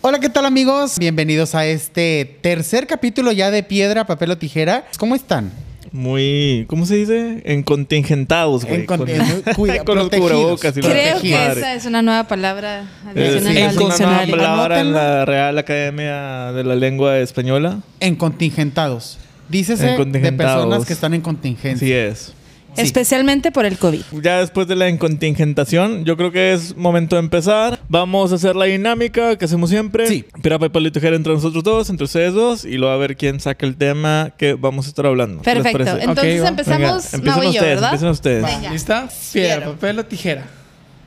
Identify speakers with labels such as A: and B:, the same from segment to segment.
A: Hola, ¿qué tal amigos? Bienvenidos a este tercer capítulo ya de Piedra, Papel o Tijera. ¿Cómo están?
B: Muy, ¿cómo se dice? Encontingentados, güey.
A: En con-
B: Con-
A: en- cuida-
B: con los
A: protegidos.
B: cubrebocas y la
A: Protegidos.
C: Creo
B: Protegido.
C: que
B: Madre.
C: esa es una nueva palabra
B: Eh,
C: adicional
A: sí,
B: es
C: al
B: una nueva
C: diccionario.
B: palabra en
A: Anótenlo.
B: la Real Academia de la Lengua Española.
A: En contingentados. Dícese de
B: Encontingentados.
A: personas que están en contingencia.
B: Así es.
A: Sí.
C: Especialmente por el COVID.
B: Ya después de la encontingentación, yo creo que es momento de empezar. Vamos a hacer la dinámica que hacemos siempre.
A: Sí.
B: Pira, papel y tijera entre nosotros dos, entre ustedes dos, y luego a ver quién saca el tema que vamos a estar hablando. ¿Les
C: Perfecto.
B: parece?
C: Entonces
D: Ok, va.
C: empezamos
B: Venga,
C: Mau
B: empiecen
C: y yo,
B: ustedes,
C: ¿verdad?
B: empiecen ustedes.
C: Venga.
D: ¿Lista? Piedra,
C: Piedra.
D: papel o tijera.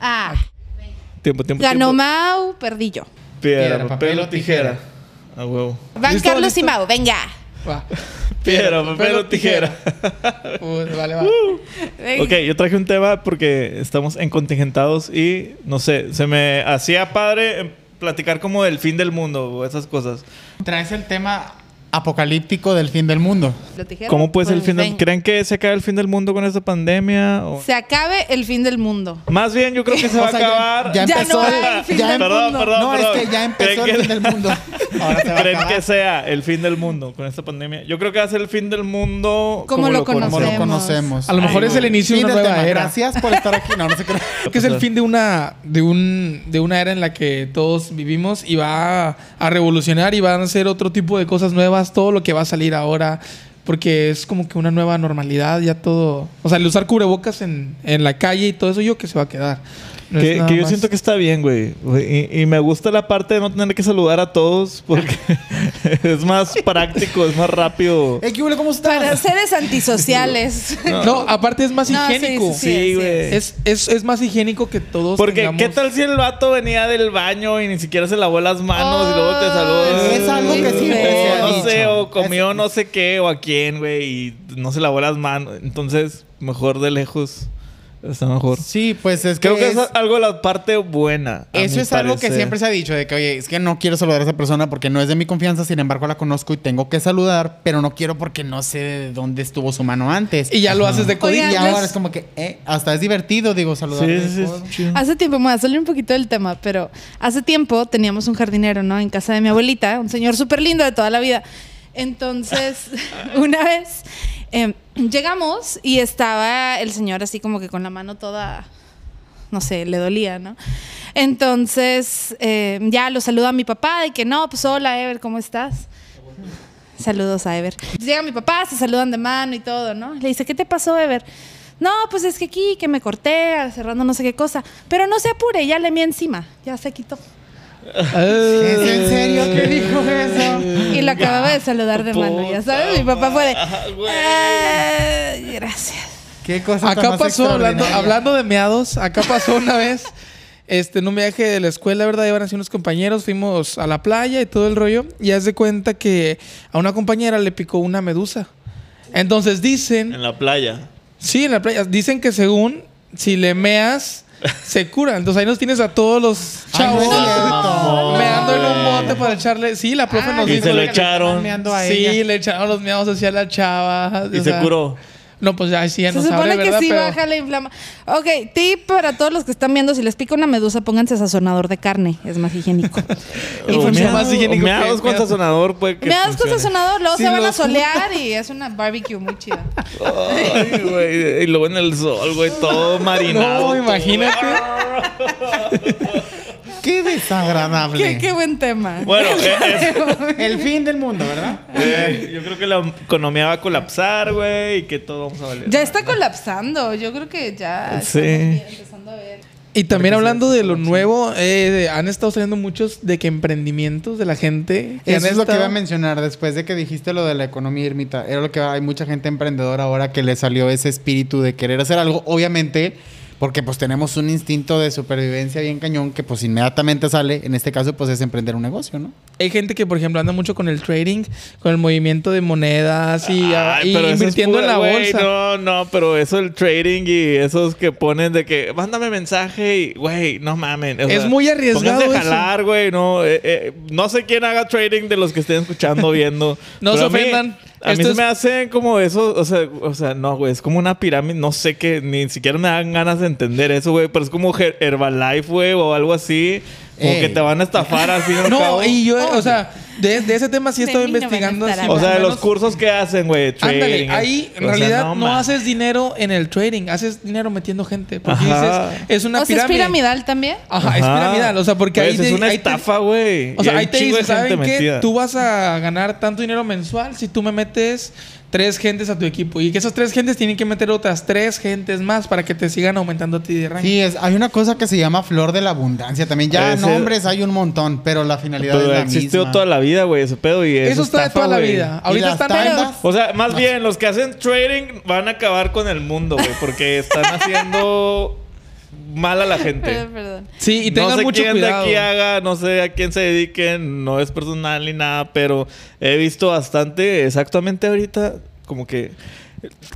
C: Ah,
B: Tiempo, tiempo,
C: ganó
B: tiempo.
C: Mau, perdí yo.
B: Piedra, papel o tijera. A huevo.
C: Van
D: ¿Listo,
C: Carlos y
D: listo?
C: Mau, venga.
D: Va.
B: Piedra, papel o tijera.
D: Uy, vale, va.
A: Uh.
C: Venga.
B: Ok, yo traje un tema porque estamos en contingentados y no sé, se me hacía padre eh, platicar como del fin del mundo o esas cosas.
A: Traes el tema apocalíptico del fin del mundo.
C: ¿Lo tijera?
B: ¿Cómo puede ser el
C: Pues
B: fin del
C: venga.
B: ¿Creen que se acabe el fin del mundo con esta pandemia? O-
C: Se acabe el fin del mundo.
B: Más bien, yo creo que se
A: O
B: va a
A: sea, ya-
B: acabar.
A: ya
C: Ya no
A: empezó.
C: hay fin
A: ya
C: del
A: em-
B: perdón,
C: mundo.
B: perdón,
A: no,
B: perdón.
A: es que ya empezó
B: ¿Creen
A: el fin
B: que-
A: del mundo. Ahora se va a
B: ¿Creen
A: acabar.
B: que sea el fin del mundo con esta pandemia? Yo creo que va a ser el fin del mundo
C: Como lo
A: Como lo conocemos.
D: A lo mejor
B: Ay,
D: es el
B: güey.
D: inicio de
A: Fin
D: una
A: del
D: nueva
A: tema.
D: era.
A: Gracias por estar aquí. No, no sé qué.
D: Que es el fin de una, de, un, de una era en la que todos vivimos y va a, a revolucionar y van a hacer otro tipo de cosas nuevas, todo lo que va a salir ahora. Porque es como que una nueva normalidad, ya todo. O sea, el usar cubrebocas en, en la calle y todo eso, yo que se va a quedar. No es
B: Que,
D: nada
B: que yo
D: más.
B: siento que está bien, güey. Güey, Y, y me gusta la parte de no tener que saludar a todos porque es más práctico, es más rápido.
A: Ey, ¿qué hubo? ¿Cómo estás?
C: Para seres antisociales.
D: No, aparte es más
C: No, sí,
D: higiénico.
C: sí, sí,
B: Sí, güey.
C: sí.
D: Es, es, es más higiénico que todos.
B: Porque,
D: tengamos-
B: ¿qué tal si el vato venía del baño y ni siquiera se lavó las manos y
D: Ah,
B: luego te saludó?
A: Es algo que siempre se ha
B: O No
A: dicho.
B: sé, o comió
A: Es-
B: no sé qué o a quién, güey, y no se lavó las manos. Entonces, mejor de lejos está mejor.
A: Sí, pues es que.
B: Creo que
A: es-
B: es algo de la parte buena. a
A: Eso
B: mi
A: es algo que
B: parecer.
A: siempre se ha dicho, de que, oye, es que no quiero saludar a esa persona porque no es de mi confianza, sin embargo la conozco y tengo que saludar, pero no quiero porque no sé de dónde estuvo su mano antes.
D: Y ya lo haces de
A: Y
D: codillo.
C: Oigan,
A: ahora
C: les-
A: es como que, eh, hasta es divertido, digo, saludar.
B: Sí, sí, sí. chido.
A: Ah,
C: Hace tiempo, me voy a salir un poquito del tema, pero hace tiempo teníamos un jardinero, ¿no? En casa de mi abuelita, un señor súper lindo de toda la vida. Entonces, una vez eh, llegamos y estaba el señor así como que con la mano toda, no sé, le dolía, ¿no? Entonces, eh, ya lo saluda a mi papá de que no, pues hola, Ever, ¿cómo estás? Saludos a Ever. Pues Llega mi papá, se saludan de mano y todo, ¿no? Le dice, ¿qué te pasó, Ever? No, pues es que aquí, que me corté, cerrando no sé qué cosa. Pero no se apure, ya le mía encima, ya se quitó.
D: Ah.
A: ¿Es en serio que dijo eso?
C: Y lo acababa de saludar de mano, ya sabes. Mi papá fue de, "Ay, gracias.
A: ¿Qué cosa tan
D: Acá
A: más
D: pasó, hablando,
A: extraordinaria?
D: hablando de meados, acá pasó una vez, este, en un viaje de la escuela, ¿verdad? Iban así unos compañeros, fuimos a la playa y todo el rollo, y haz de cuenta que a una compañera le picó una medusa. Entonces dicen,
B: En la playa.
D: sí, en la playa, dicen que según si le meas, se cura. Entonces ahí nos tienes a todos los
A: Ay, no
D: chavos
A: es cierto.
D: meando en un
B: güey.
D: mote para echarle. Sí, la profe
A: Ay,
D: nos
B: Y
D: dijo.
B: se lo
A: que le están
B: echaron.
A: meando a
D: Sí,
A: ella.
D: le echaron los meados hacia la chava.
B: Y
D: o
B: se
D: sea,
B: curó.
D: No, pues ya sí, ya no
C: Se supone
D: sabe,
C: que
D: ¿verdad?
C: sí
D: Pero-
C: baja la inflama. Ok, tip para todos los que están viendo: si les pica una medusa, pónganse sazonador de carne, es más higiénico. y
B: O meados-
D: funciona más higiénico
B: o meados
D: que-
B: con sazonador, pues.
C: Me das con sazonador, luego
D: Sí,
C: se van a
D: los-
C: solear y es una barbecue muy chida.
B: Ay, güey. Y luego en el sol, güey. Todo marinado.
D: No, imagínate.
A: Qué desagradable.
C: qué, qué buen tema.
B: Bueno, eh, eh,
A: El fin del mundo, ¿verdad?
B: eh, yo creo que la economía va a colapsar, güey. Y que todo vamos a valer.
C: Ya está colapsando. Yo creo que ya
B: Sí.
C: estamos empezando a ver.
D: Y también hablando de lo nuevo, eh, han estado saliendo muchos de que emprendimientos de la gente. que
A: Eso
D: han
A: es lo que
D: estado-
A: iba a mencionar después de que dijiste lo de la economía ermita. Era lo que hay mucha gente emprendedora ahora que le salió ese espíritu de querer hacer algo. Obviamente, porque pues tenemos un instinto de supervivencia bien cañón que pues inmediatamente sale. En este caso, pues es emprender un negocio, ¿no?
D: Hay gente que, por ejemplo, anda mucho con el trading, con el movimiento de monedas y, ah,
B: Ay,
D: y
B: pero eso es
D: invirtiendo en
B: pura-
D: la
B: güey,
D: bolsa.
B: No, no, pero eso el trading y esos que ponen de que mándame mensaje y, güey, no mamen. o
D: Es muy arriesgado
B: pónganse a
D: eso.
B: jalar, güey, no. eh, eh, no sé quién haga trading de los que estén escuchando, viendo.
D: No
B: pero
D: se
B: a mí-
D: ofendan.
B: A mí
D: Esto
B: se
D: es-
B: me hace como eso, o sea, o sea, no, güey, es como una pirámide, no sé qué, ni siquiera me dan ganas de entender eso, güey, pero es como Her- Herbalife, güey, o algo así, como
A: Ey.
B: que te van a estafar al fin y al cabo.
D: No, y yo, o sea, de, de ese tema sí
C: Oh. De
D: estoy
C: mí no van a
D: investigando.
C: estar
D: así
B: O sea,
D: más
B: de
D: o
B: los
D: menos.
B: cursos que hacen, güey, trading. eh.
D: Ándale, ahí en
B: O sea,
D: realidad no,
B: man.
D: haces dinero en el trading, haces dinero metiendo gente. Porque
B: Ajá.
D: dices, es una
C: o sea, es
D: pirámide. Ah,
C: piramidal también.
D: Ajá, es piramidal. O sea, porque
B: Güey,
D: ahí
B: eso
D: te,
B: Pues es una
D: ahí te-
B: estafa, güey.
D: o
B: y
D: sea,
B: hay
D: ahí
B: un
D: te
B: chingo de
D: dice, ¿saben
B: gente
D: qué?
B: metida".
D: Tú vas a ganar tanto dinero mensual si tú me metes tres gentes a tu equipo. Y que esas tres gentes tienen que meter otras tres gentes más para que te sigan aumentando a ti de ranking.
A: Sí, es, hay una cosa que se llama flor de la abundancia también. Ya
B: Puede ser.
A: nombres hay un montón, pero la finalidad
B: Pero
A: es la
B: existió
A: misma.
B: toda la vida, güey, ese pedo. Y
D: Eso está de
B: estafa,
D: toda la
B: güey.
D: vida.
A: Y
D: Ahorita
A: las
D: están
A: tandas,
C: Pero-
B: O sea, más bien, los que hacen trading van a acabar con el mundo, güey, porque están haciendo mal a la gente.
C: Perdón, perdón.
D: Sí, y tengan
B: no sé
D: mucho
B: quién
D: cuidado.
B: de aquí ah, haga, no sé a quién se dediquen, no es personal ni nada, pero he visto bastante, exactamente ahorita, como que,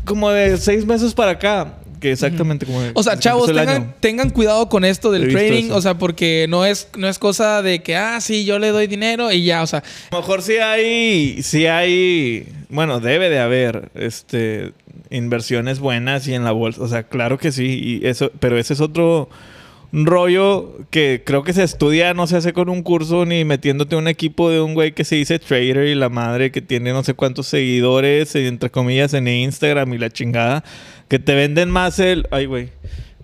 B: como de seis meses para acá, que exactamente como de-
D: O sea,
B: desde que
D: chavos,
B: empezó el
D: tengan,
B: año.
D: tengan cuidado con esto
B: He
D: del
B: visto
D: trading.
B: eso.
D: O sea, porque no es, no es cosa de que, ah, sí, yo le doy dinero y ya. O sea,
B: A lo mejor sí hay, sí hay, bueno, debe de haber, este, inversiones buenas y en la bolsa, o sea, claro que sí, y eso, pero ese es otro rollo que creo que se estudia, no se hace con un curso ni metiéndote a un equipo de un güey que se dice trader y la madre que tiene no sé cuántos seguidores, entre comillas, en Instagram y la chingada, que te venden más el, ay güey,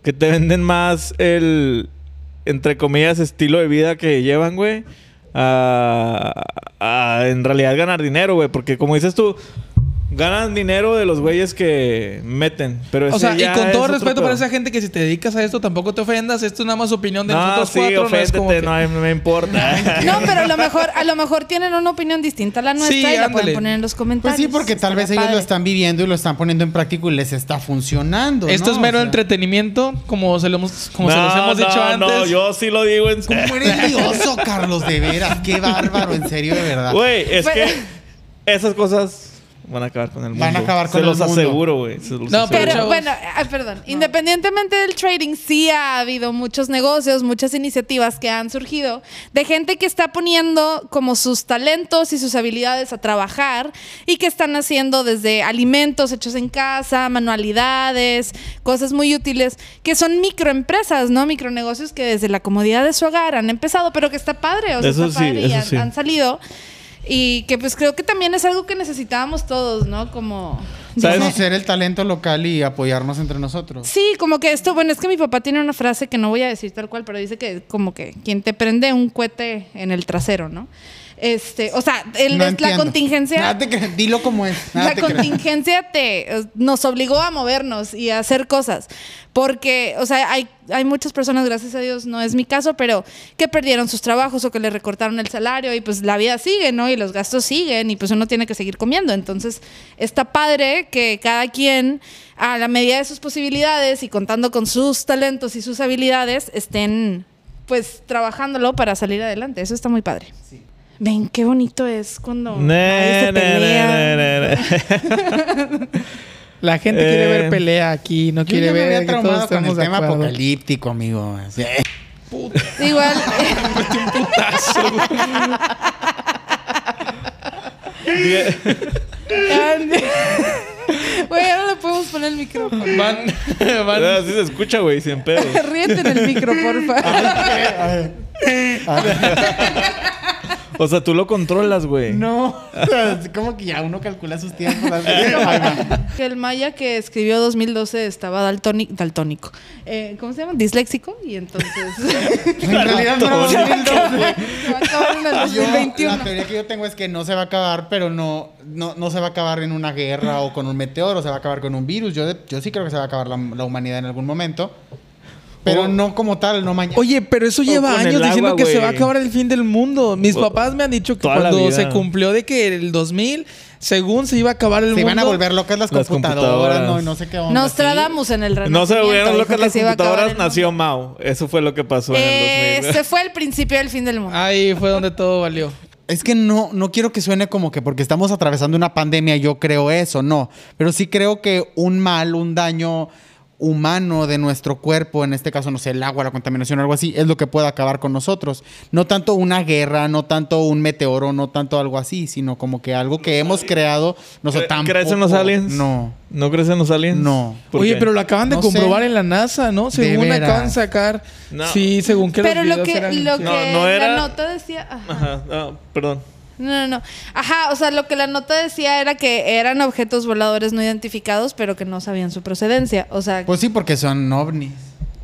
B: que te venden más el, entre comillas, estilo de vida que llevan, güey, a, a en realidad ganar dinero, güey. Porque como dices tú, ganan dinero de los güeyes que meten. Pero
D: o
B: ese
D: sea y
B: ya
D: con
B: es
D: todo
B: otro
D: respeto
B: pedo.
D: para esa gente que si te dedicas a esto, tampoco te ofendas. Esto es nada más opinión de
B: No,
D: nosotros
B: sí,
D: cuatro. no es
B: oféndete,
D: como
B: no,
D: que-
B: hay- no me importa.
C: No, pero a lo mejor, a lo mejor tienen una opinión distinta a la nuestra
D: Sí,
C: y la
D: ándale.
C: pueden poner en los
A: Pues
C: comentarios.
A: sí, porque tal vez
C: Estará
A: ellos lo
C: padre.
A: están viviendo y lo están poniendo en práctico y les está funcionando.
D: Esto
A: ¿no?
D: es mero
A: O sea,
D: entretenimiento, como se, lo hemos, como se los
B: No,
D: hemos dicho
B: no,
D: antes.
B: No, yo sí lo digo en serio.
A: ¿Cómo eres lioso, Carlos? De veras, qué bárbaro, en serio, de verdad.
B: Güey, es
C: Pero-
B: que esas cosas van a acabar con el mundo.
A: Van a acabar con
B: Se
A: el
B: los
A: mundo.
B: aseguro, güey. se los
D: No,
B: aseguro.
C: Pero
D: Chavos.
C: bueno, ah, perdón. Independientemente del trading, sí ha habido muchos negocios, muchas iniciativas que han surgido de gente que está poniendo como sus talentos y sus habilidades a trabajar y que están haciendo desde alimentos hechos en casa, manualidades, cosas muy útiles, que son microempresas, ¿no? Micronegocios que desde la comodidad de su hogar han empezado, pero que está padre, o sea,
B: Eso
C: está
B: sí,
C: padre y
B: eso
C: han,
B: sí.
C: han salido. Y que pues creo que también es algo que necesitábamos todos, ¿no? Como...
B: ¿Sabes?
A: Conocer el talento local y apoyarnos entre nosotros.
C: Sí, como que esto, bueno, es que mi papá tiene una frase que no voy a decir tal cual, pero dice que como que quien te prende un cohete en el trasero, ¿no? Este, o sea, el-
A: No
C: es la
A: entiendo.
C: contingencia
A: Nada te creas, dilo como es. Nada
C: la
A: te creas.
C: contingencia te, eh, nos obligó a movernos y a hacer cosas. Porque, o sea, hay, hay muchas personas, gracias a Dios, no es mi caso, pero que perdieron sus trabajos o que le recortaron el salario y pues la vida sigue, ¿no? Y los gastos siguen y pues uno tiene que seguir comiendo. Entonces, está padre que cada quien, a la medida de sus posibilidades y contando con sus talentos y sus habilidades, estén pues trabajándolo para salir adelante. Eso está muy padre. Ven, qué bonito es cuando nadie
B: Ne,
C: se
B: ne,
C: pelea.
B: ne, ne, ne, ne.
D: La gente quiere
B: Eh,
D: ver pelea aquí, no
A: Yo
D: quiere
A: ya me
D: ver
A: había
D: que todos
A: traumado con
D: estamos
A: el
D: de
A: tema
D: acuerdo.
A: apocalíptico, amigo. Sí.
C: Igual.
B: Die-
C: Güey, ahora le podemos poner el micrófono.
D: Van, van-
B: Así se escucha, güey, sin pedo.
C: Ríete en el micro, porfa.
B: O sea, tú lo controlas, güey.
A: No, o sea, es como que ya uno calcula sus tiempos.
C: Que el maya que escribió 2012 estaba daltónico. daltónico. Eh, ¿Cómo se llama? Disléxico. Y entonces.
A: en realidad no era
B: Tanto.
A: 2012.
C: se va a acabar en
A: Yo,
C: el
A: la
C: 2021.
A: teoría que yo tengo es que no se va a acabar, pero no, no, no se va a acabar en una guerra o con un meteoro, se va a acabar con un virus. Yo, de- yo sí creo que se va a acabar la, la humanidad en algún momento, pero
B: O-
A: no como tal, no mañana.
D: Oye, pero eso lleva
B: con el
D: años diciendo
B: agua,
D: que se va a
B: güey.
D: acabar el fin del mundo. Mis
B: O-
D: papás me han dicho que
B: toda la
D: cuando
B: vida.
D: se cumplió de que el 2000, según se iba a acabar el
A: se
D: mundo.
A: van a volver locas las,
B: Las
A: computadoras,
B: computadoras.
A: no, y no sé qué onda.
C: Nostradamus en el
B: No se vieron
C: Renacimiento
B: lo que
C: dijo
B: las
C: se iba a acabar
B: computadoras
C: el mundo.
B: nació Mao. Eso fue lo que pasó en
C: Eh,
B: el
C: se
B: 2000.
C: fue el principio del fin del mundo.
D: Ahí fue donde todo valió.
A: sí. Es que no, no quiero que suene como que porque estamos atravesando una pandemia yo creo eso, no. Pero sí creo que un mal, un daño, humano de nuestro cuerpo, en este caso, no sé, el agua, la contaminación, algo así, es lo que puede acabar con nosotros. No tanto una guerra, no tanto un meteoro, no tanto algo así, sino como que algo que hemos creado. No sé,
B: ¿Cre-
A: tampoco.
B: ¿Crees en los aliens?
A: No.
B: ¿No crees en los aliens?
A: No.
B: ¿Por
D: Oye,
B: qué?
D: pero lo acaban de
A: No
D: comprobar
A: sé.
D: en la NASA, ¿no? Según
A: veras.
D: acaban de sacar.
B: No.
D: Sí, según que los
C: Pero lo
D: videos
C: que,
D: eran-
C: lo
D: sí.
C: que
B: No, no
C: la
B: era-
C: nota decía. Ajá.
B: Ajá, no, perdón.
C: No, no, no. Ajá, o sea, lo que la nota decía era que eran objetos voladores no identificados, pero que no sabían su procedencia. O sea,
A: Pues sí, porque son ovnis.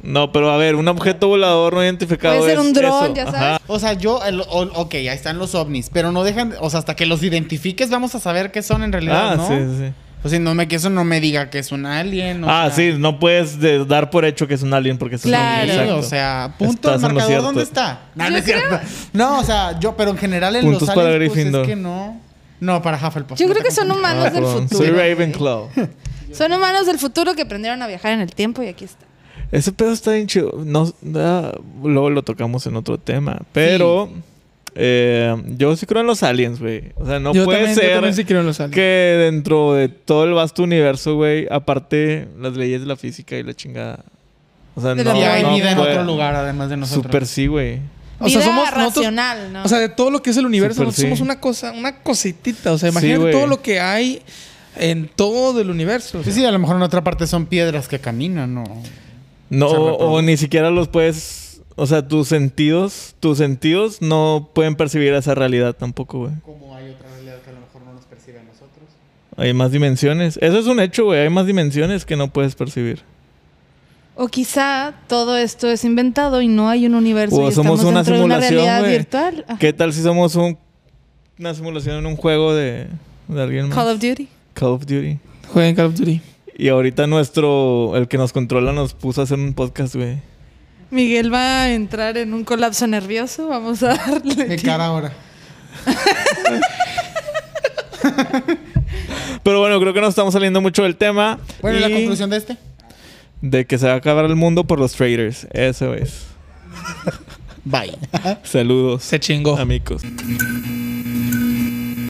B: No, pero a ver, un objeto volador no identificado.
C: Puede ser
B: es
C: un dron,
B: eso.
C: ya
B: Ajá.
C: sabes.
A: O sea, yo, el- o- ok, ahí están los ovnis, pero no dejan, o sea, hasta que los identifiques vamos a saber qué son en realidad,
B: Ah,
A: ¿no?
B: sí, sí, sí.
A: O sea, no me, que eso no me diga que es un alien. o
B: ah,
A: sea,
B: sí, no puedes de- dar por hecho que es un alien porque es un
C: Claro.
A: Sí,
B: alien. exacto.
A: o sea, punto,
B: Estás en lo
A: marcador,
B: cierto.
A: ¿dónde está? No, no
C: Yo
A: es cierto.
C: creo-
A: No, o sea, yo, pero en general en
B: Puntos
A: los
B: para
A: aliens, pues,
B: Gryffindor.
A: es que no. No, para Hufflepuff.
C: yo
A: no
C: creo
A: te
C: que son
A: confundas.
C: humanos
B: Ah,
C: del
B: perdón.
C: futuro.
B: Soy Ravenclaw.
C: Son humanos del futuro que aprendieron a viajar en el tiempo y aquí está.
B: Ese pedo está bien chido. No, ah, luego lo tocamos en otro tema. Pero eh, yo sí creo en los aliens, güey. O sea, no
D: yo
B: puede
D: también, yo
B: ser
D: también sí creo en los aliens.
B: que dentro de todo el vasto universo, güey, aparte las leyes de la física y la chingada. O sea,
C: De
B: no,
C: la-
A: Y hay
B: no
A: vida en
B: puede.
A: otro lugar, además de nosotros.
B: Super sí, güey.
D: O sea,
C: Vida
D: somos nosotros-
C: racional, ¿no?
D: O sea, de todo lo que es el universo,
B: Súper,
D: nosotros somos
B: sí.
D: una cosa, una cositita. O sea,
B: Sí,
D: imagínate
B: güey.
D: todo lo que hay en todo el universo. o
A: Pues Sí,
D: sea.
A: sí, a lo mejor en otra parte son piedras que caminan, ¿no?
B: No,
A: Se reproduce.
B: o ni siquiera los puedes. O sea, tus sentidos, tus sentidos no pueden percibir esa realidad tampoco, güey.
A: Como hay otra realidad que a lo mejor no nos percibe a nosotros.
B: Hay más dimensiones. Eso es un hecho, güey. Hay más dimensiones que no puedes percibir.
C: o quizá todo esto es inventado y no hay un universo.
B: O
C: y
B: somos
C: estamos
B: una
C: dentro de
B: simulación,
C: una realidad
B: güey.
C: virtual. Ah,
B: ¿Qué tal si somos un- una simulación en un juego de, de alguien más?
C: Call of Duty.
B: Call of Duty.
D: Jueguen Call of Duty.
B: Y ahorita nuestro, el que nos controla, nos puso a hacer un podcast, güey.
C: Miguel va a entrar en un colapso nervioso. Vamos a darle.
A: ¿Qué cara ahora?
B: Pero bueno, creo que nos estamos saliendo mucho del tema.
A: Bueno, ¿y
B: y
A: la conclusión de este?
B: De que se va a acabar el mundo por los traders. Eso es.
A: Bye.
B: Saludos,
D: Se chingó.
B: amigos.